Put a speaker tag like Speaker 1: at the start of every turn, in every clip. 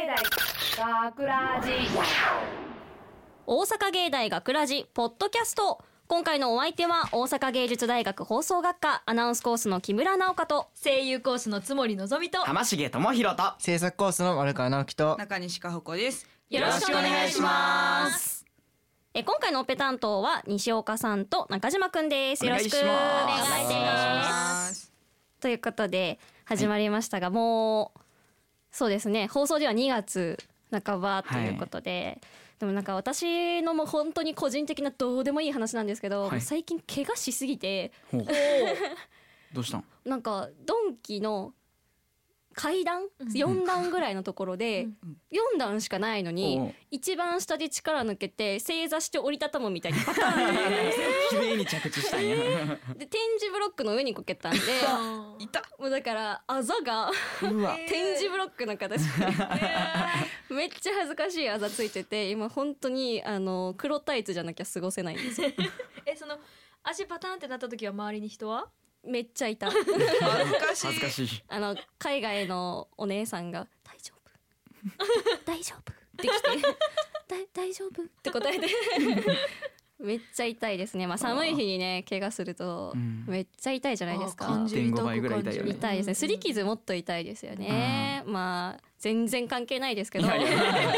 Speaker 1: 大学ラジ
Speaker 2: 大阪芸大学ラジポッドキャスト今回のお相手は大阪芸術大学放送学科アナウンスコースの木村直香と
Speaker 3: 声優講師のつもりのぞみと
Speaker 4: 浜重智弘と
Speaker 5: 制作コースの丸川直樹と
Speaker 6: 中西加穂子です。
Speaker 2: よろしくお願いしますえ今回のオペ担当は西岡さんと中島くんですよろしくお
Speaker 4: お願いし
Speaker 2: 願
Speaker 4: ます
Speaker 2: いします
Speaker 6: す。
Speaker 2: ということで始まりましたが、もうそうですね放送では2月半ばということで、でもなんか私のもう本当に個人的などうでもいい話なんですけど、
Speaker 4: はい
Speaker 2: もう最近怪我しすぎて
Speaker 4: ほうどうしたん
Speaker 2: なんかドンキの階段4段ぐらいのところで4段しかないの
Speaker 4: お
Speaker 2: に
Speaker 4: う
Speaker 2: 一番下で力抜けて正座して折りたたむみたいにパカーン
Speaker 4: 綺麗に着地したんや
Speaker 2: で点字ブロックの上にこけたんで
Speaker 6: いた。
Speaker 2: もうだからあざが
Speaker 5: う わ
Speaker 2: 点字ブロックの形で めっちゃ恥ずかしいあざついてて今本当にあの黒タイツじゃなきゃ過ごせないんですよ
Speaker 3: えその足パターンってなった時は周りに人は
Speaker 2: めっちゃ痛い
Speaker 6: 恥ずかしい。
Speaker 4: 恥ずかしい
Speaker 2: あの海外のお姉さんが「大丈 夫大丈夫」って来て「だ大丈夫」って答え てめっちゃ痛いですねまあ寒い日にね怪我すると
Speaker 4: うん
Speaker 2: めっちゃ痛いじゃないです
Speaker 3: あ
Speaker 2: か
Speaker 3: 感じる
Speaker 4: 1.5倍ぐらい痛いよね
Speaker 2: 痛いですね擦り傷もっと痛いですよねまあ全然関係ないですけど
Speaker 4: いや いや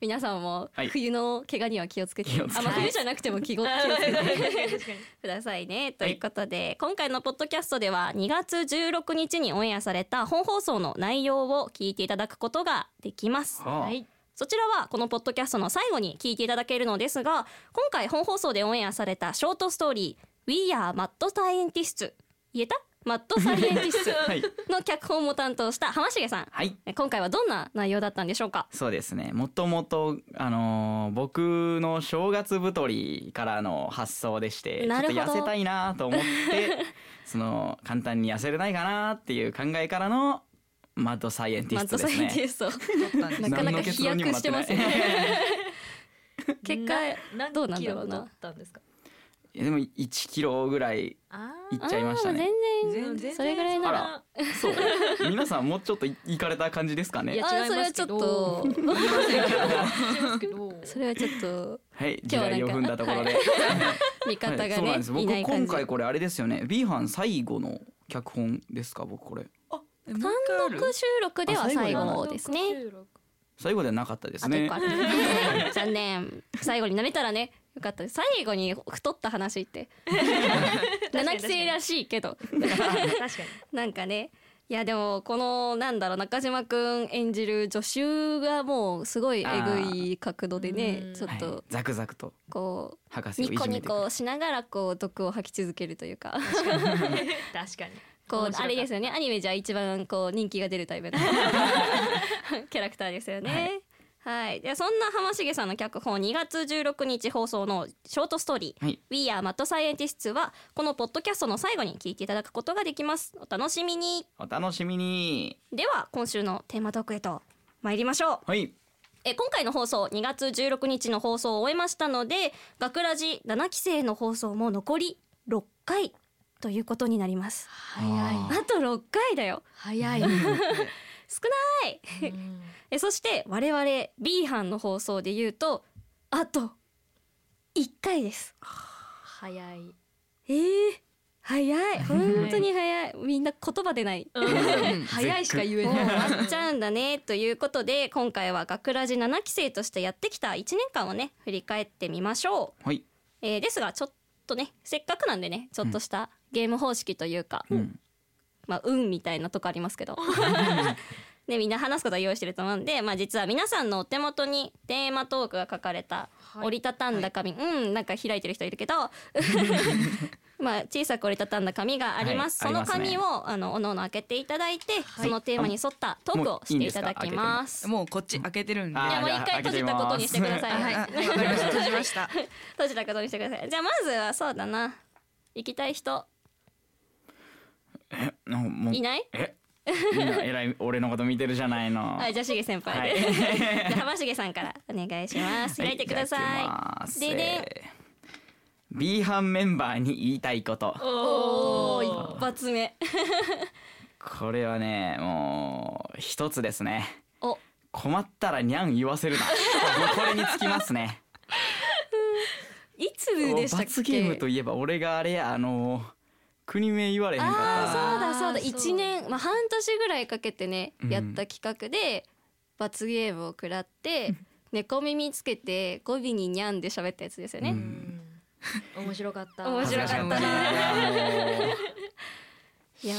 Speaker 2: 皆さんも
Speaker 4: はい
Speaker 2: 冬の怪我には気をつけて、
Speaker 4: 気をつけ
Speaker 2: あ
Speaker 4: て
Speaker 2: まあ、冬じゃなくても気を気をつけて くださいねと
Speaker 4: はい
Speaker 2: いうことで、今回のポッドキャストでは2月16日にオンエアされた本放送の内容を聞いていただくことができます。
Speaker 4: はあ
Speaker 2: そちらはこのポッドキャストの最後に聞いていただけるのですが今回本放送でオンエアされたショートストーリー「We are Mad Scientists」言えたマッドサイエンティス
Speaker 4: はい
Speaker 2: トの脚本も担当した浜重さん
Speaker 4: はい
Speaker 2: え今回はどんな内容だったんでしょうか
Speaker 4: そうですねもともとあのー僕の正月太りからの発想でしてちょ
Speaker 2: な
Speaker 4: っ
Speaker 2: る
Speaker 4: と
Speaker 2: ほど
Speaker 4: 痩せたいな と思ってその簡単に痩せれないかなっていう考えからのマッドサイエンティ
Speaker 2: マ
Speaker 4: ス
Speaker 2: ッ
Speaker 4: ト
Speaker 2: ドサ
Speaker 4: で
Speaker 2: イ
Speaker 4: す
Speaker 2: エンテ
Speaker 4: ね
Speaker 2: ィスト
Speaker 6: だったんです
Speaker 2: なかなか
Speaker 4: 何の結論にもなってない
Speaker 2: 飛躍してます結果
Speaker 3: な
Speaker 2: どうなん
Speaker 3: 何キ
Speaker 2: だろ
Speaker 3: ロ
Speaker 2: うな
Speaker 3: 太ったんですか
Speaker 4: いやでも1キロぐらい
Speaker 3: あ
Speaker 4: いっちゃいました
Speaker 2: あー
Speaker 4: ね
Speaker 2: 全然
Speaker 3: 全然
Speaker 2: それぐらいなら
Speaker 3: あ
Speaker 4: そう皆さんもうちょっといいかれた感じですかね
Speaker 3: いや
Speaker 2: あー
Speaker 3: 違いますけど
Speaker 2: それはち ょっと
Speaker 3: ですけど
Speaker 2: それはちょっと
Speaker 4: はい、地
Speaker 2: 今日はなんか
Speaker 4: 雷を踏んだところで。
Speaker 2: 味方が
Speaker 4: はい
Speaker 2: ね、
Speaker 4: そうなん
Speaker 2: い、
Speaker 4: です。僕
Speaker 2: ない感
Speaker 4: 今
Speaker 2: じ
Speaker 4: 回これあれですよね。B 班最後の脚本ですか、僕これ。
Speaker 6: えもう一回ある
Speaker 2: 単独収録では
Speaker 4: あ
Speaker 2: 最
Speaker 4: 最後なんだ
Speaker 2: 後ですね
Speaker 4: 最後ではなかったです
Speaker 2: あと一
Speaker 4: ね
Speaker 2: 個あ。 る残念最後になれたらねよかったです最後に太った話って 七期生らしいけど
Speaker 3: 確か
Speaker 2: なんかねいやでもこのなんだろう中島くん演じる助手がもうすごいえぐい角度で
Speaker 3: あ
Speaker 2: ね
Speaker 3: ー
Speaker 2: ちょっ
Speaker 4: はい
Speaker 2: と、
Speaker 4: ザクザクと
Speaker 2: こ
Speaker 4: 博
Speaker 2: う
Speaker 4: 士を
Speaker 2: ニ
Speaker 4: い
Speaker 2: コ
Speaker 4: じめ
Speaker 2: ニ
Speaker 4: て。
Speaker 2: コしながらこう毒を吐き続けるというか
Speaker 3: に確かに
Speaker 2: こ
Speaker 3: 面
Speaker 2: う
Speaker 3: 白かった
Speaker 2: あれですよねアニメじゃ一番こう人気が出るタイプのキャラクターですよね。はい、ではそんな浜重さんの脚本2月16日放送のショートストーリー「
Speaker 4: はい
Speaker 2: We are Mad Scientists」はこのポッドキャストの最後に聞いていただくことができますお楽しみに
Speaker 4: お楽しみに。
Speaker 2: では今週のテーマトークへと参りましょう
Speaker 4: はい。
Speaker 2: え今回の放送2月16日の放送を終えましたので学ラジ7期生の放送も残り6回ということになります
Speaker 3: 早い
Speaker 4: あー
Speaker 2: あと6回だよ
Speaker 3: 早い
Speaker 2: 少ないえそして我々 B 班の放送で言うとあと1回です
Speaker 3: 早い
Speaker 2: えー、早 い本当に早いみんな言葉でない
Speaker 3: 早いしか言え
Speaker 2: もう
Speaker 3: ない
Speaker 2: 終わっちゃうんだねということで今回は学ラジ7期生としてやってきた1年間をね振り返ってみましょう、
Speaker 4: はい。
Speaker 2: えーですがちょっとねせっかくなんでねちょっとしたゲーム方式というか、
Speaker 4: うん。
Speaker 2: まあ、運みたいなとこありますけ ど。でみんな話すことは用意してると思うんで、まあ、実は皆さんのお手元にテーマトークが書かれた
Speaker 3: はい
Speaker 2: 折りたたんだ紙、うんなんか開いてる人いるけどまあ小さく折りたたんだ紙があります、
Speaker 4: はい
Speaker 2: そ
Speaker 4: あ
Speaker 2: の
Speaker 4: りますね
Speaker 2: 紙をあのおのおの開けていただいて、そのテーマに沿ったトークをしていただきます。
Speaker 6: もうこっち開けてるんで。
Speaker 4: あ
Speaker 2: い
Speaker 4: ー
Speaker 2: やもう一回閉じたことにしてください。
Speaker 6: あ
Speaker 2: はい
Speaker 6: あわかりました。閉じました。
Speaker 2: 閉じたことにしてください。じゃあまずはそうだな行きたい人
Speaker 4: え、なんかもう
Speaker 2: いない？
Speaker 4: え、みんな偉い俺のこと見てるじゃない の。
Speaker 2: はい、じゃあしげ先輩で、
Speaker 4: はい
Speaker 2: じゃあ浜重さんからお願いします。開いてください。
Speaker 4: で
Speaker 2: でで
Speaker 4: で。B 班メンバーに言いたいこと。
Speaker 3: おー
Speaker 2: 一発目。
Speaker 4: これはねもう一つですね
Speaker 2: お、
Speaker 4: 困ったらにゃん言わ せるな。もうこれにつきますね。
Speaker 2: いつでしたっけ
Speaker 4: 罰ゲームといえば俺があれやあの国名言われへんかっ
Speaker 2: あ
Speaker 4: た
Speaker 2: そうだそうだ
Speaker 3: あーそう
Speaker 2: 1年、まあ、半年ぐらいかけてね
Speaker 4: うん
Speaker 2: やった企画で罰ゲームを食らって猫耳つけて語尾ににゃんで喋ったやつですよ
Speaker 4: う
Speaker 2: ね。
Speaker 4: ん
Speaker 3: 面白かった
Speaker 2: 面白かったな
Speaker 4: 恥ずかしかったなも
Speaker 2: いや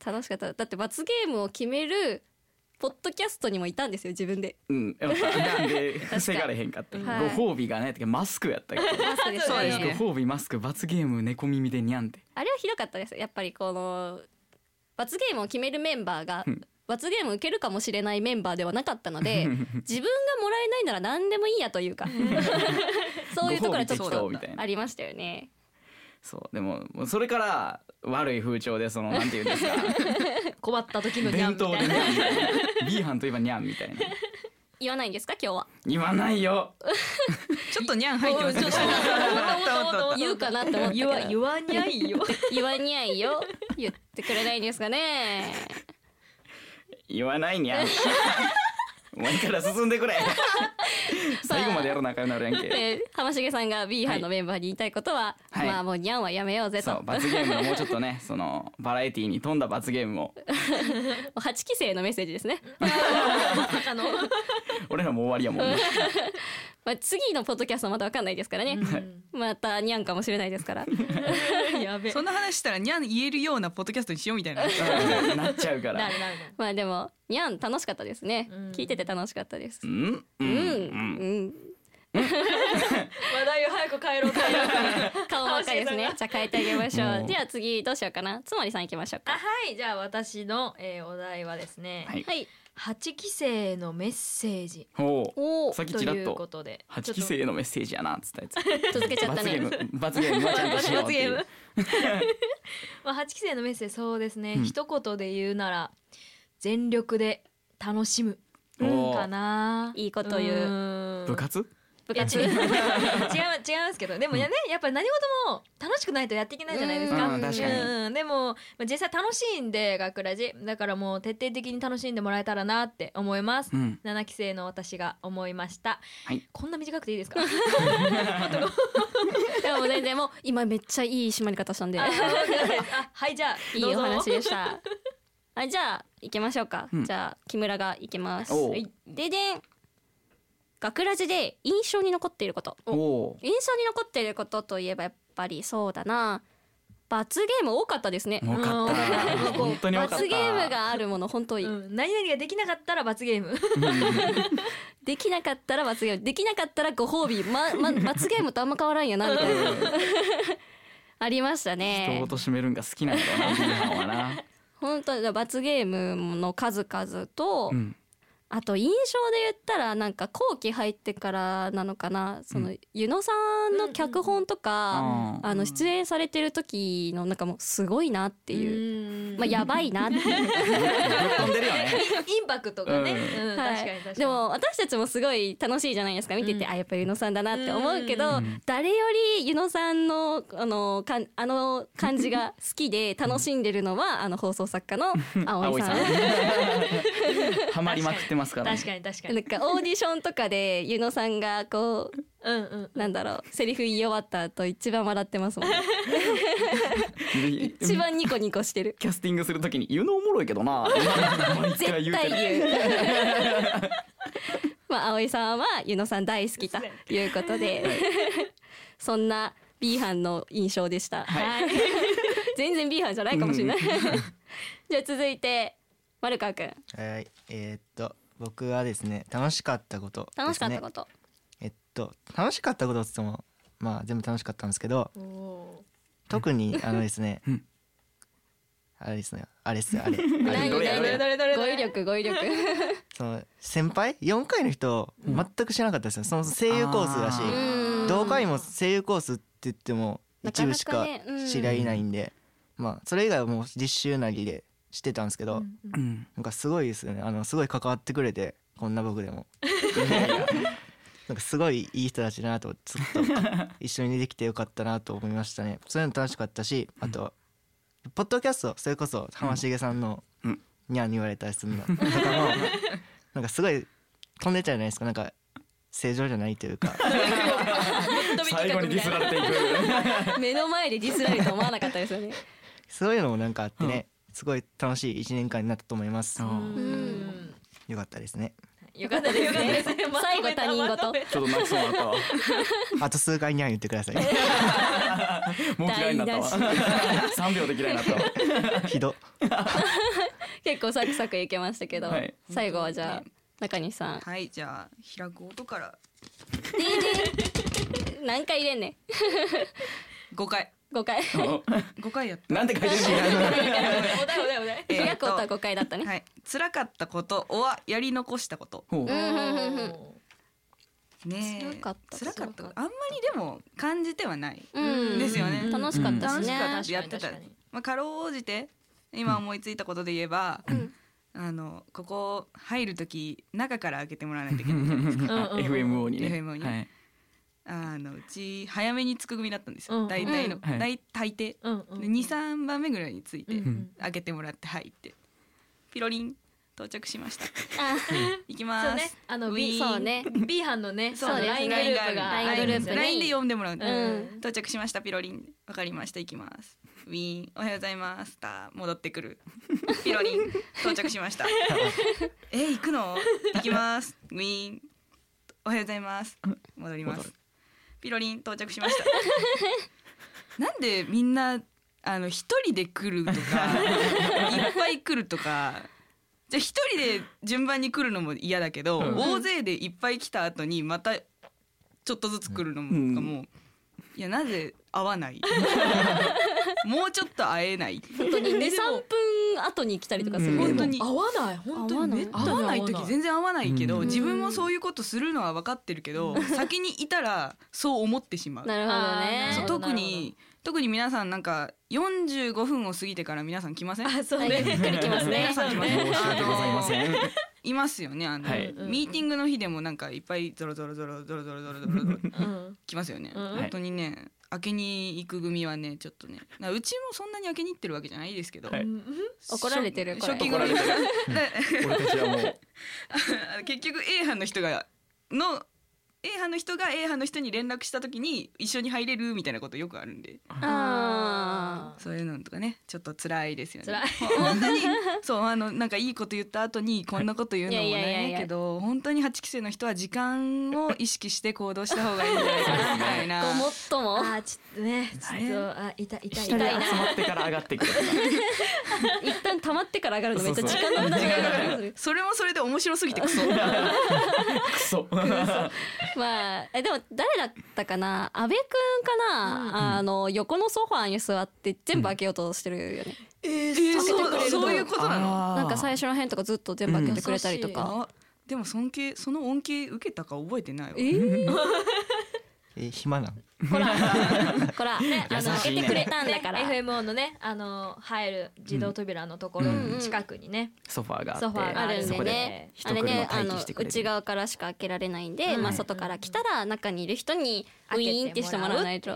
Speaker 2: ー楽しかっただって罰ゲームを決めるポッドキャストにもいたんですよ自分で。
Speaker 4: ううんやっぱなんで防がれへんかったご
Speaker 2: はい
Speaker 4: 褒美がねマスクやったけど
Speaker 2: マスクで
Speaker 6: そうです
Speaker 2: ね
Speaker 6: ね
Speaker 4: ご褒美マスク罰ゲーム猫耳でにゃんって
Speaker 2: あれはひどかったですやっぱりこの罰ゲームを決めるメンバーが
Speaker 4: うん
Speaker 2: 罰ゲームを受けるかもしれないメンバーではなかったの で自分がもらえないなら何でもいいやというかそういうところはちょっ
Speaker 4: ご褒美適当
Speaker 2: と
Speaker 4: みたいな
Speaker 2: ありましたよね。
Speaker 4: そうでももうそれから悪い風潮でそのなんていうんですか
Speaker 3: 困った時のニャン
Speaker 4: 伝
Speaker 3: みた
Speaker 4: 統で
Speaker 3: い
Speaker 4: に
Speaker 3: な
Speaker 4: ゃんみたいな B 班といえばにゃんみたいな
Speaker 2: 言わないんですか今日は
Speaker 4: 言わないよ
Speaker 6: ちょっとにゃん入ってますね。
Speaker 2: 言うかなって思ったけ
Speaker 3: 言
Speaker 2: ど
Speaker 3: わ言わにゃいよ
Speaker 2: 言わにゃいよ言ってくれないんですか ね
Speaker 4: 言わないにゃんもういいから進ん でくれ最後までやらなあかんなるやんけ
Speaker 2: で浜重さんが B 班のメンバーに言いたいことは、
Speaker 4: はい
Speaker 2: まあもうにゃんはやめようぜと
Speaker 4: そう罰ゲームのもうちょっとねそのバラエティに富んだ罰ゲームを
Speaker 2: 8期生のメッセージですね、
Speaker 3: あの
Speaker 4: 俺らもう終わりやもんね
Speaker 2: まあ、次のポッドキャストはまた分かんないですからね、またにゃんかもしれないですから
Speaker 3: やべ
Speaker 6: そんな話したらにゃん言えるようなポッドキャストにしようみたいな。
Speaker 4: うんなっちゃうから
Speaker 3: なるなるなる
Speaker 2: まあでもにゃん楽しかったですね、
Speaker 3: うん
Speaker 2: 聞いてて楽しかったです
Speaker 4: う、んう
Speaker 2: うん
Speaker 4: ん
Speaker 2: うん、
Speaker 3: 話題を早く変えろ変えろ
Speaker 2: 顔真っ赤ですね
Speaker 3: 浜重さんが
Speaker 2: じゃあ変えてあげましょ
Speaker 4: う
Speaker 2: うんでは次どうしようかなつもりさん行きましょう
Speaker 3: あ
Speaker 2: か
Speaker 3: はいじゃあ私の、えーお題はですね、
Speaker 4: はい
Speaker 2: はい
Speaker 3: 八期生のメッセージ
Speaker 4: ほう
Speaker 2: おお
Speaker 4: さっき
Speaker 3: と
Speaker 4: ちらっ
Speaker 3: いうこととで
Speaker 4: 八期生へのメッセージやなっつったやつ
Speaker 2: 続けちゃった
Speaker 4: 罰ゲ
Speaker 2: ね
Speaker 4: ーム罰ゲームはちゃんとしようっていう
Speaker 3: 罰まあ、8期生のメッセージそうですね、
Speaker 4: うん
Speaker 3: 一言で言うなら全力で楽しむ
Speaker 4: おー
Speaker 3: かない
Speaker 2: いこと言う
Speaker 3: ーん
Speaker 4: 部活
Speaker 2: 部
Speaker 3: いや
Speaker 2: 活
Speaker 3: 違う違う違いますけどでもね、やっぱり何事も楽しくないとやっていけないじゃないですか。
Speaker 4: うん確かに
Speaker 3: うんでも、まあ、実際楽しいんで学ラジだからもう徹底的に楽しんでもらえたらなって思います。
Speaker 4: うん
Speaker 3: 7期生の私が思いました、
Speaker 4: はい
Speaker 3: こんな短くていいで すか
Speaker 2: でも全然もう今めっちゃいい締まり方したんで
Speaker 3: ああはいじゃあ
Speaker 2: いい
Speaker 3: どう
Speaker 2: お
Speaker 3: ぞ
Speaker 2: 話でした。あじゃあ行きましょうか。
Speaker 4: うん
Speaker 2: じゃあ木村が行きます。
Speaker 4: おう
Speaker 2: はいででん。学ラジで印象に残っていること。
Speaker 4: おお
Speaker 2: 印象に残っていることといえばやっぱりそうだな。罰ゲーム多かったですね。
Speaker 4: 多かっ
Speaker 3: う
Speaker 4: た
Speaker 3: ん
Speaker 4: 本当に多かった
Speaker 2: 罰ゲームがあるもの本当に、
Speaker 3: うん、何々ができなかったら罰ゲーム
Speaker 2: できなかったら罰ゲームできなかったらご褒美、ま ま、罰ゲームとあんま変わらんよなみたいなありましたね
Speaker 4: 人を貶めるんが好きなんだな B 班はな
Speaker 2: 本当に罰ゲームの数々と、
Speaker 4: うん
Speaker 2: あと印象で言ったらなんか後期入ってからなのかなその、
Speaker 4: う
Speaker 2: 湯野さんの脚本とか、
Speaker 4: あー
Speaker 2: あの出演されてる時のなんかもうすごいなっていう、
Speaker 3: い
Speaker 2: まあやばいなっていう、
Speaker 4: ぶっ飛んでるよね
Speaker 3: インパクトがね、
Speaker 4: う
Speaker 3: うん
Speaker 2: はい
Speaker 3: 確かに確かに
Speaker 2: でも私たちもすごい楽しいじゃないですか見てて、
Speaker 3: うん
Speaker 2: あやっぱ湯野さんだなって思うけど、
Speaker 4: うんうん
Speaker 2: 誰より湯野さんのあのかんあの感じが好きで楽しんでるのはあの放送作家の
Speaker 4: 青
Speaker 2: 葵
Speaker 4: い
Speaker 2: さ
Speaker 4: さん
Speaker 2: ん。
Speaker 4: ハマりまくってますからね
Speaker 3: 確かに確か
Speaker 2: な
Speaker 3: に
Speaker 2: んかオーディションとかで湯野さんがこう
Speaker 3: うんうん
Speaker 2: なんだろうセリフ言い終わった後一番笑ってますもん
Speaker 4: で
Speaker 2: 一番ニコニコしてる
Speaker 4: キャスティングするときに言うのおもろいけどな毎
Speaker 2: 絶
Speaker 4: 回
Speaker 2: 対
Speaker 4: 言うてる
Speaker 2: 言う まあ葵さんはゆのさん大好きということでそんな B 班の印象でした、
Speaker 4: は
Speaker 2: はい、全然 B 班じゃないかもしれない じゃあ続いて丸川くん
Speaker 5: はい、えーっと僕はですね楽しかったことですね。
Speaker 2: 楽しかったこと、
Speaker 5: えっと楽しかったことっつってもまあ全部楽しかったんですけど、
Speaker 3: お
Speaker 5: 特にあので すね
Speaker 4: うん。
Speaker 5: あれですね。あれっすよあれ。
Speaker 4: あれ
Speaker 2: 何
Speaker 4: どれや
Speaker 2: 何
Speaker 4: どれや
Speaker 3: どれどれど
Speaker 2: 語
Speaker 3: れ
Speaker 2: 彙力語彙力
Speaker 5: その先輩4回の人全く知らなかったですよ。そもそも声優コースだし
Speaker 4: あ、
Speaker 2: ー
Speaker 5: 同回も声優コースって言っても一部し
Speaker 2: な
Speaker 5: か
Speaker 2: かなかねうん
Speaker 5: 知り合いないんで、まあそれ以外はもう実習なぎで知ってたんですけど、
Speaker 4: うん
Speaker 5: なんかすごいですよね。あのすごい関わってくれてこんな僕 でも。なんかすごいいい人たちだなとずっと一緒にできてよかったなと思いましたね。そういうの楽しかったし、あと、ポッドキャストそれこそ浜重さんの
Speaker 4: うん
Speaker 5: にゃんに言われたりするのとかもなんかすごい飛んでっちゃうじゃないですかなんか正常じゃないというか
Speaker 3: 飛び
Speaker 4: 最後にディスられていく
Speaker 2: 目の前でディスられると思わなかったですよね。
Speaker 5: そういうのもなんかあってね、すごい楽しい1年間になったと思います、
Speaker 4: うん
Speaker 3: うん
Speaker 5: よかったですね
Speaker 3: よかったですよかったです
Speaker 2: 最後他人事
Speaker 3: まとめた
Speaker 4: ちょっと泣きそうになったわ
Speaker 5: あと数回にゃん言って ください
Speaker 4: もう嫌いになったわ
Speaker 2: 台
Speaker 4: 3秒で嫌いになったわ
Speaker 5: ひど
Speaker 2: 結構サクサクいけましたけど、
Speaker 4: はい
Speaker 2: 最後はじゃあ中西さん。
Speaker 6: はいじゃあ開く音から
Speaker 2: 何回入れんね
Speaker 6: 5回
Speaker 2: ん。5回。
Speaker 6: 5回やった
Speaker 4: なんて書いてんの
Speaker 3: お題お題お題
Speaker 6: えー
Speaker 2: 開
Speaker 6: っ
Speaker 2: く
Speaker 6: と
Speaker 2: 音は5回だったね。
Speaker 6: はい辛かったことおはやり残したこと
Speaker 4: ほう
Speaker 2: うんうんうんうん
Speaker 6: ねえ
Speaker 2: 辛かった
Speaker 6: 辛かったことあんまりでも感じてはない
Speaker 2: うん
Speaker 6: ですよね
Speaker 2: うん楽しかったし
Speaker 6: 楽しか
Speaker 2: ね
Speaker 6: っ。たやってた
Speaker 3: 確かに確かに
Speaker 6: まあかろうじて今思いついたことで言えばあのここ入る時中から開けてもらわないといけないじゃないですか
Speaker 4: あ FMO にね
Speaker 6: FMO に
Speaker 4: はい
Speaker 6: あのうち早めに着く組だったんです
Speaker 3: う
Speaker 6: よ
Speaker 3: ん
Speaker 6: 大体の
Speaker 4: うんはい
Speaker 6: 大大抵
Speaker 3: うんうん
Speaker 6: 23番目ぐらいについて
Speaker 3: うん
Speaker 6: 開けてもらって入ってピロリン到着しました
Speaker 2: あ
Speaker 6: 行き
Speaker 3: そう
Speaker 6: ま
Speaker 3: ね
Speaker 6: す
Speaker 3: あの
Speaker 6: ウィーン
Speaker 3: B
Speaker 2: そうね。
Speaker 3: B 班のね
Speaker 2: そうです
Speaker 3: ライングル
Speaker 6: LINE
Speaker 3: ープが
Speaker 2: LINE
Speaker 6: ある
Speaker 2: グループに
Speaker 6: LINE で呼んでもらうん
Speaker 2: う
Speaker 6: で
Speaker 2: ん
Speaker 6: 到着しましたピロリンわかりました行きますウィーンおはようございますた戻ってくるピロリン到着しましたえ行くの行きますウィーンおはようございます戻りま
Speaker 4: 戻
Speaker 6: すピロリン到着しましたなんでみんなあの一人で来るとかいっぱい来るとかじゃあ一人で順番に来るのも嫌だけど、
Speaker 4: うん
Speaker 6: 大勢でいっぱい来た後にまたちょっとずつ来るのも,、
Speaker 4: うん
Speaker 6: もういやなぜ会わ ないもうちょっと会えない
Speaker 2: 本当に2、3分後に来たりとかする。
Speaker 4: うん
Speaker 6: 本当に
Speaker 3: 合わない本当にめったに
Speaker 6: 会わない時全然会わないけど、
Speaker 4: うん
Speaker 6: 自分もそういうことするのは分かってるけど、 先にいたらそう思ってしまう。
Speaker 2: なるほどね。
Speaker 6: そう
Speaker 3: あー
Speaker 6: 特に特に皆さんなんか45分を過ぎてから皆さん来ません
Speaker 3: あそう
Speaker 2: はい
Speaker 3: ね
Speaker 2: びっくりきますね
Speaker 6: 皆さん来ません
Speaker 4: 申し訳ございま せん
Speaker 6: いますよねあの、
Speaker 4: はい
Speaker 6: ミーティングの日でもなんかいっぱいゾロゾロゾロゾロゾロゾロゾロゾロ
Speaker 3: うん
Speaker 6: 来ますよね、
Speaker 3: うん
Speaker 6: 本当にね明けに行く組はねちょっとねなうちもそんなに明けに行ってるわけじゃないですけど、
Speaker 4: はい
Speaker 2: 怒られてるこれ
Speaker 6: 初期組
Speaker 4: 怒られてる俺たちはもう
Speaker 6: あの結局 A 班の人がの A 班の人が A 班の人に連絡した時に一緒に入れるみたいなことよくあるんで
Speaker 2: あ
Speaker 6: そういうのとかねちょっと辛いですよね
Speaker 3: 辛い
Speaker 6: 本当にそうあのなんかいいこと言った後にこんなこと言うのも
Speaker 2: いやいやいや
Speaker 6: ね
Speaker 2: いや
Speaker 6: けど本当に8期生の人は時間を意識して行動した方がいいんじゃないかなみたいな
Speaker 2: あ。ごもっとも
Speaker 3: あ。ーちょっとねちょっとあ痛い痛い
Speaker 4: 下
Speaker 3: 痛い
Speaker 4: に
Speaker 3: な
Speaker 4: 集まってから上がってくる
Speaker 2: 一旦溜まってから上がるのめっちゃ
Speaker 4: そう
Speaker 2: 時
Speaker 4: そう
Speaker 2: 間の無駄がある気がする。
Speaker 6: それもそれで面白すぎてクソ
Speaker 4: クソ
Speaker 2: まあ、え、でも、誰だったかな、安倍くんか
Speaker 3: うん
Speaker 2: な、あの横のソファーに座って、全部開けようとしてるよね。
Speaker 6: え
Speaker 2: 避け
Speaker 6: ー
Speaker 2: てくれ
Speaker 6: そう
Speaker 2: る
Speaker 6: そういうことなの
Speaker 2: なんか最初の辺とか、ずっと全部開けてくれたりとか。
Speaker 6: あでも尊敬その恩恵受けたか覚えてないわ
Speaker 2: えー
Speaker 5: え暇なん
Speaker 2: ほら、ほら、ね、あの、
Speaker 4: 優
Speaker 2: 開
Speaker 4: しい
Speaker 2: け
Speaker 4: ね
Speaker 2: てくれたんだから。
Speaker 3: ね FMO のねあの入る自動扉のところ
Speaker 2: うん
Speaker 3: 近くにね
Speaker 4: ソファーがあって
Speaker 3: ソファーが
Speaker 2: あるん
Speaker 4: そ
Speaker 2: で
Speaker 4: こ
Speaker 2: ね
Speaker 4: で
Speaker 2: あ
Speaker 4: 一
Speaker 2: れ
Speaker 4: 車
Speaker 2: ねあ
Speaker 4: 待
Speaker 2: の
Speaker 4: 機してくれる
Speaker 2: 内側からしか開けられないんで、
Speaker 3: うん
Speaker 2: まあ外から来たら中にいる人にウィーンってしてもらわないと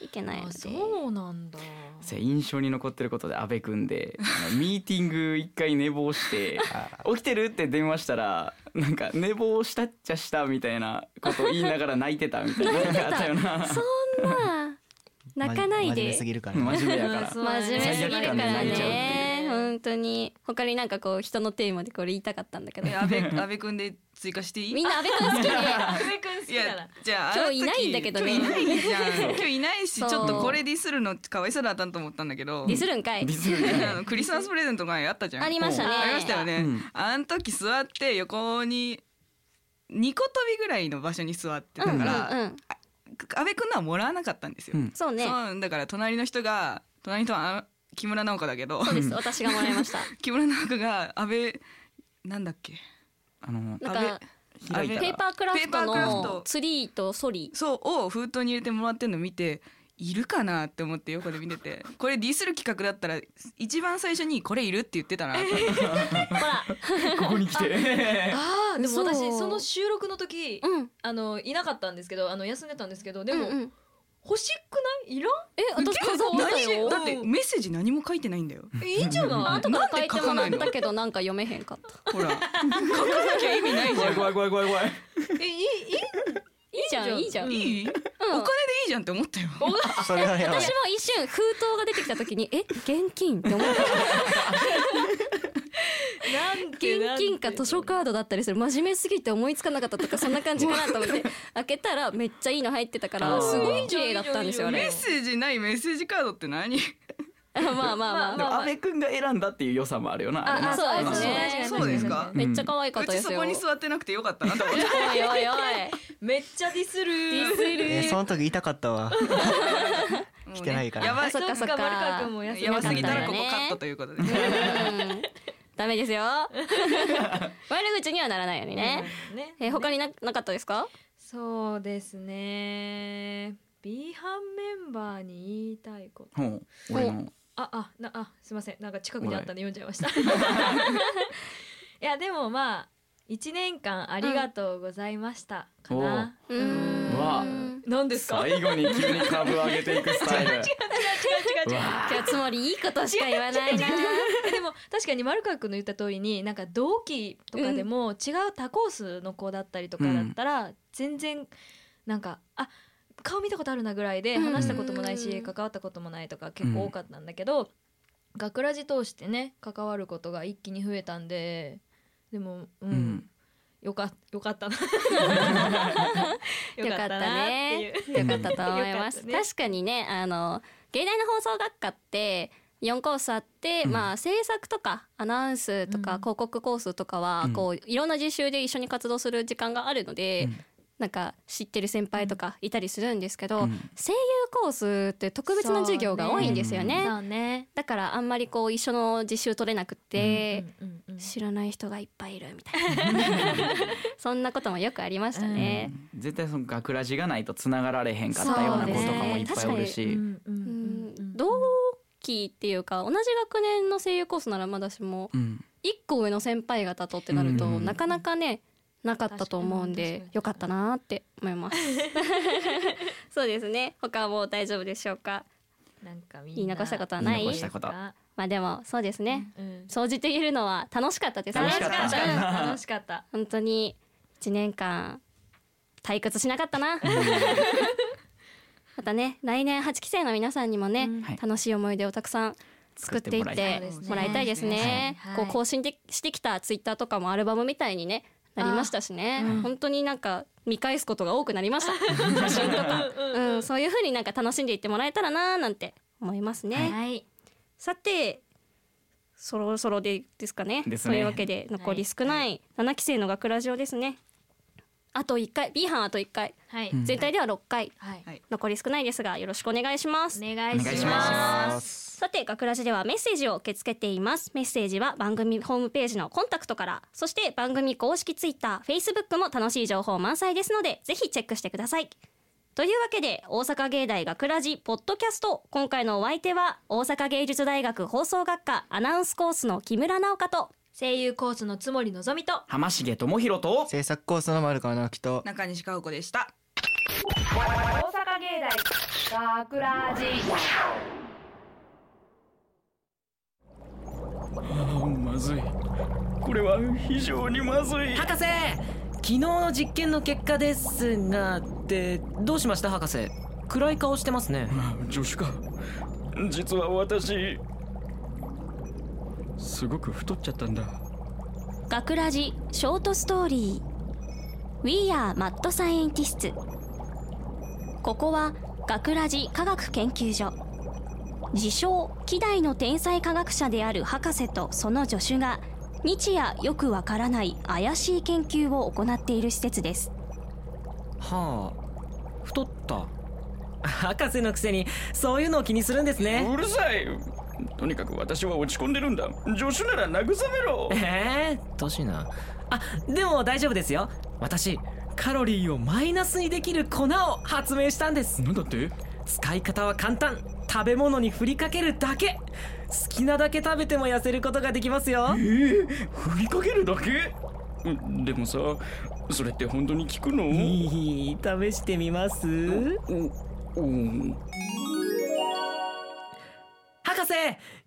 Speaker 2: いけないの
Speaker 3: あ
Speaker 2: で
Speaker 3: そうなんだ
Speaker 4: そう印象に残ってることで阿部君であのミーティング一回寝坊 して「起きてる?」って電話したらなんか寝坊したっちゃしたみたいなことを言いながら泣いて たみたいななんかあったよな
Speaker 2: そんな泣かない
Speaker 5: ま真面目
Speaker 2: で
Speaker 5: すぎるからね、
Speaker 4: 真面目やから
Speaker 3: うんそう
Speaker 2: 真面目すぎるから
Speaker 4: 最悪感で泣いちゃう
Speaker 2: ね本当に他になんかこう人のテーマでこれ言いたかったんだけど
Speaker 6: え安倍安倍くんで追加してい い
Speaker 2: みんな安倍くん好きで
Speaker 3: 久米君好
Speaker 6: い
Speaker 3: きだ
Speaker 6: や
Speaker 3: な
Speaker 6: じゃ
Speaker 2: 今
Speaker 6: あ
Speaker 2: 日
Speaker 6: あの時
Speaker 2: いないんだけどね
Speaker 6: 今日いないじゃん今日いないしち
Speaker 2: そ
Speaker 6: ょ
Speaker 2: う
Speaker 6: っとこれディスるのかわいそうだったと思ったんだけど
Speaker 2: ディスるんかい
Speaker 4: ディスる ね
Speaker 6: あのクリスマスプレゼントがあったじゃん
Speaker 2: ありましたね
Speaker 6: ありましたよね、
Speaker 4: うん
Speaker 6: あの時座って横に2個飛びぐらいの場所に座ってたから、
Speaker 2: うんうんうん
Speaker 6: 安倍くんのはもらわなかったんですよ、
Speaker 4: うん
Speaker 2: そうね
Speaker 6: そうだから隣の人が隣の人はあ木村直子だけど
Speaker 2: そうです私がもらいました
Speaker 6: 木村直子が安倍なんだっけ
Speaker 4: あ
Speaker 2: な
Speaker 4: の
Speaker 2: ん
Speaker 6: 安
Speaker 2: か
Speaker 4: 開いた
Speaker 2: ペー
Speaker 4: ら
Speaker 2: パークラフト
Speaker 6: ペーパークラフ
Speaker 2: の
Speaker 6: ト
Speaker 2: ツリーとソリ
Speaker 6: そうを封筒に入れてもらってるの見ているかなって思って横で見ててこれディスる企画だったら一番最初に「これいる?」って言ってたなと思って
Speaker 2: ほら
Speaker 4: ここに来 て
Speaker 3: あーでも私
Speaker 2: 嘘
Speaker 3: その収録の時
Speaker 2: うん
Speaker 3: あのいなかったんですけどあの休んでたんですけどでも
Speaker 2: うんうん
Speaker 3: 欲しくないいらん
Speaker 2: え私飾っ
Speaker 6: 何
Speaker 2: た
Speaker 6: で
Speaker 2: よ
Speaker 6: だってメッセージ何も書いてないんだよ
Speaker 3: えいいんじゃない
Speaker 2: とか書いてもら
Speaker 6: なんで書かない
Speaker 2: っ
Speaker 6: の
Speaker 2: たけどなんか読めへんかった
Speaker 6: ほら書かなきゃ意味ないじゃん
Speaker 4: 怖い怖い怖い怖い
Speaker 3: えいいいい
Speaker 2: いいじゃんいいじゃん、
Speaker 6: いい、お金でいいじゃんって思ったよ
Speaker 5: それはやばい
Speaker 2: 私も一瞬封筒が出てきた時にえ現金って思った
Speaker 3: なんてなん
Speaker 2: 現
Speaker 3: て
Speaker 2: 金か図書カードだったりする真面目すぎて思いつかなかったとかそんな感じかなと思って開けたらめっちゃいいの入ってたか
Speaker 4: あ
Speaker 2: ら
Speaker 4: ー
Speaker 2: すごい綺麗だったんですよあ
Speaker 3: いい
Speaker 6: メ
Speaker 2: れ
Speaker 6: ッセージないメッセージカードって何
Speaker 2: まあ まあまあ
Speaker 4: でも安倍くんが選んだっていう良さもあるよなあれな
Speaker 2: あそうですね
Speaker 6: そうですか
Speaker 2: めっちゃ可愛かっ
Speaker 6: う
Speaker 2: た
Speaker 6: ち
Speaker 2: で
Speaker 6: そ
Speaker 2: すよ
Speaker 6: こに座ってなくてよかったなと思って
Speaker 2: おいおいおい
Speaker 3: めっちゃディスるディ ス
Speaker 5: えーその時痛かったわ 来てないから
Speaker 6: もうね
Speaker 2: そっかそっか
Speaker 3: 丸川君も
Speaker 6: やば
Speaker 3: 休み
Speaker 6: やばすぎたらここ
Speaker 2: ね
Speaker 6: カットということで
Speaker 2: うんダメですよ悪口にはならないようにね
Speaker 3: ね
Speaker 2: え他にななかったですか
Speaker 3: そうですね B 班メンバーに言いたいこと
Speaker 4: ほう俺の
Speaker 3: ああなあすいませんなんか近くにあったんで読んじゃいましたいやでもまあ一年間ありがとうございましたかな、
Speaker 2: うーん
Speaker 4: わ
Speaker 3: なんですか違う
Speaker 4: 最後に急に株上げていくスタイル
Speaker 3: 違う違う違う
Speaker 2: 今日つもりいいことしか言わないな
Speaker 3: え でも確かに丸川君の言った通りになんか同期とかでも違う他コースの子だったりとかだったら全然なんかあ顔見たことあるなぐらいで
Speaker 2: うん
Speaker 3: 話したこともないし
Speaker 2: うん
Speaker 3: 関わったこともないとか結構多かったんだけど学ラジ通してね関わることが一気に増えたんででもう、
Speaker 4: うんん
Speaker 3: よかよかったな
Speaker 2: よかったね
Speaker 3: よかったなっていう
Speaker 2: よかったと思いま
Speaker 3: よかっ
Speaker 2: す。
Speaker 3: たね
Speaker 2: 確かにね、あの芸大の放送学科って。4コースあって、
Speaker 4: うん
Speaker 2: まあ制作とかアナウンスと
Speaker 3: う
Speaker 2: か
Speaker 3: ん
Speaker 2: 広告コースとかは、
Speaker 4: うん
Speaker 2: こういろんな実習で一緒に活動する時間があるので、
Speaker 4: うん
Speaker 2: なんか知ってる先輩とかいたりするんですけど、
Speaker 4: うん
Speaker 2: 声優コースって特別な授業が多いんですよね
Speaker 3: そうね
Speaker 2: だからあんまりこう一緒の実習取れなくて、
Speaker 3: うんうんうん
Speaker 2: 知らない人がいっぱいいるみたいなそんなこともよくありましたね。
Speaker 4: うん絶対その学ラジがないと繋がられへんかったような子とかもいっぱいおるし、
Speaker 3: うんうんうんうんうん
Speaker 2: 同期っていうか同じ学年の声優コースならまだしも
Speaker 4: うん
Speaker 2: 1個上の先輩方とってなると、
Speaker 4: うん
Speaker 2: なかなかねなかったと思うんで
Speaker 3: 確かに確かに
Speaker 2: よかったなーって思います そうですね他はもう大丈夫でしょうか
Speaker 3: なんかみんな
Speaker 2: 言い残したことはない
Speaker 4: 言い残したこと
Speaker 2: まあでもそうですね
Speaker 3: うん
Speaker 2: 総じて言えるのは楽しかったですね
Speaker 4: 楽しかった
Speaker 3: 楽しかった楽しかった
Speaker 2: 本当に1年間退屈しなかったな またね来年8期生の皆さんにもね、
Speaker 3: うん
Speaker 4: はい
Speaker 2: 楽しい思い出をたくさん作っていっ
Speaker 4: 作って
Speaker 2: てもらいたいですね。
Speaker 3: はい
Speaker 2: こう更新でしてきたツイッターとかもアルバムみたいにねなりましたしね、本当になんか見返すことが多くなりました。写真とか、うん、そういう風になんか楽しんでいってもらえたらなーなんて思いますね。
Speaker 3: はい
Speaker 2: さてそろそろでですかね
Speaker 4: です
Speaker 2: と
Speaker 4: ね
Speaker 2: いうわけで残り少ない7期生の学ラジオですねあと1回 B 班あと1回
Speaker 3: はい
Speaker 4: うん
Speaker 2: 全体では6回、
Speaker 3: はい
Speaker 6: はい
Speaker 2: 残り少ないですがよろしくお願いします
Speaker 3: お願い
Speaker 4: お願い
Speaker 3: し
Speaker 4: しま
Speaker 3: ます
Speaker 2: さて学ラジではメッセージを受け付けていますメッセージは番組ホームページのコンタクトからそして番組公式ツイッター Facebook も楽しい情報満載ですのでぜひチェックしてくださいというわけで大阪芸大学ラジポッドキャスト今回のお相手は大阪芸術大学放送学科アナウンスコースの木村直香と
Speaker 3: 声優コースのつもりのぞみと
Speaker 4: 浜重智弘と
Speaker 5: 制作コースの丸川直樹と
Speaker 6: 中西香穂子でした
Speaker 1: 大阪芸大学ラジ
Speaker 4: まずいこれは非常にまずい
Speaker 7: 博士昨日の実験の結果ですがってどうしました博士暗い顔してますね
Speaker 4: 助手か実は私すごく太っちゃったんだ
Speaker 2: 学ラジショートストーリー We are Mad Scientists ここは学ラジ科学研究所自称希代の天才科学者である博士とその助手が日夜よくわからない怪しい研究を行っている施設です
Speaker 7: はあ太った 博士のくせにそういうのを気にするんですね
Speaker 4: うるさいとにかく私は落ち込んでるんだ助手なら慰めろ
Speaker 7: ええー、どしいなあでも大丈夫ですよ私カロリーをマイナスにできる粉を発明したんです
Speaker 4: なんだって
Speaker 7: 使い方は簡単食べ物に振りかけるだけ好きなだけ食べても痩せることができますよ
Speaker 4: え 振りかけるだけでもさそれって本当に効くの
Speaker 7: いい試してみます
Speaker 4: おー
Speaker 7: 博士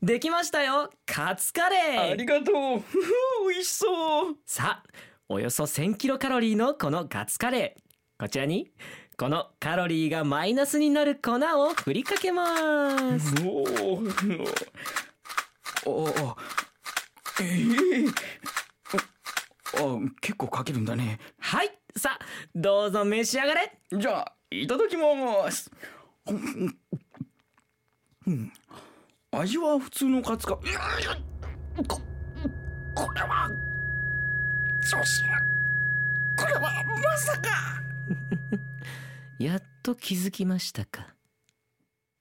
Speaker 7: できましたよカツカレ
Speaker 4: あ
Speaker 7: ー
Speaker 4: りがとうふふ美味しそう
Speaker 7: さあおよそ1000キロカロリーのこのカツカレーこちらにこのカロリーがマイナスになる粉を振りか けます
Speaker 4: おーおーえーああ結構かけるんだね
Speaker 7: はいさあどうぞ召し上がれ
Speaker 4: じゃあいただきますうんうん味は普通のカツかここれはそうしこれはまさか
Speaker 7: やっと気づきましたか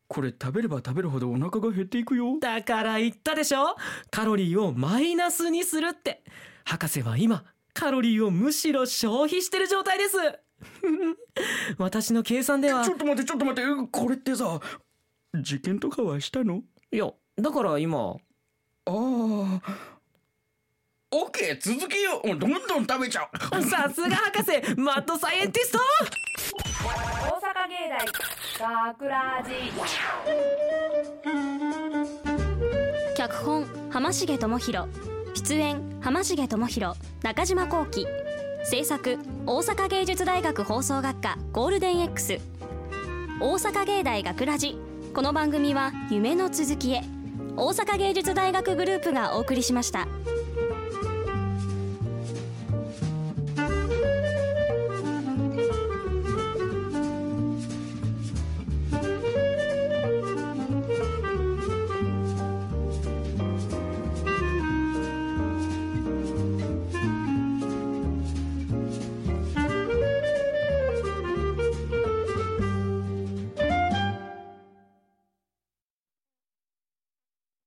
Speaker 4: これ食べれば食べるほどお腹が減っていくよ
Speaker 7: だから言ったでしょカロリーをマイナスにするって博士は今カロリーをむしろ消費してる状 態です私の計算では
Speaker 4: ちょっと待ってちょっと待ってこれってさ事件とかはしたの
Speaker 7: いやだから今
Speaker 4: ああ。オッケー続けようもうどんどん食べちゃう
Speaker 7: さすが博士マッドサイエンティスト
Speaker 1: 大阪芸大学ラジ
Speaker 2: 脚本浜重智博出演浜重智博中島幸喜制作大阪芸術大学放送学科ゴールデン X 大阪芸大学ラジこの番組は夢の続きへ大阪芸術大学グループがお送りしました。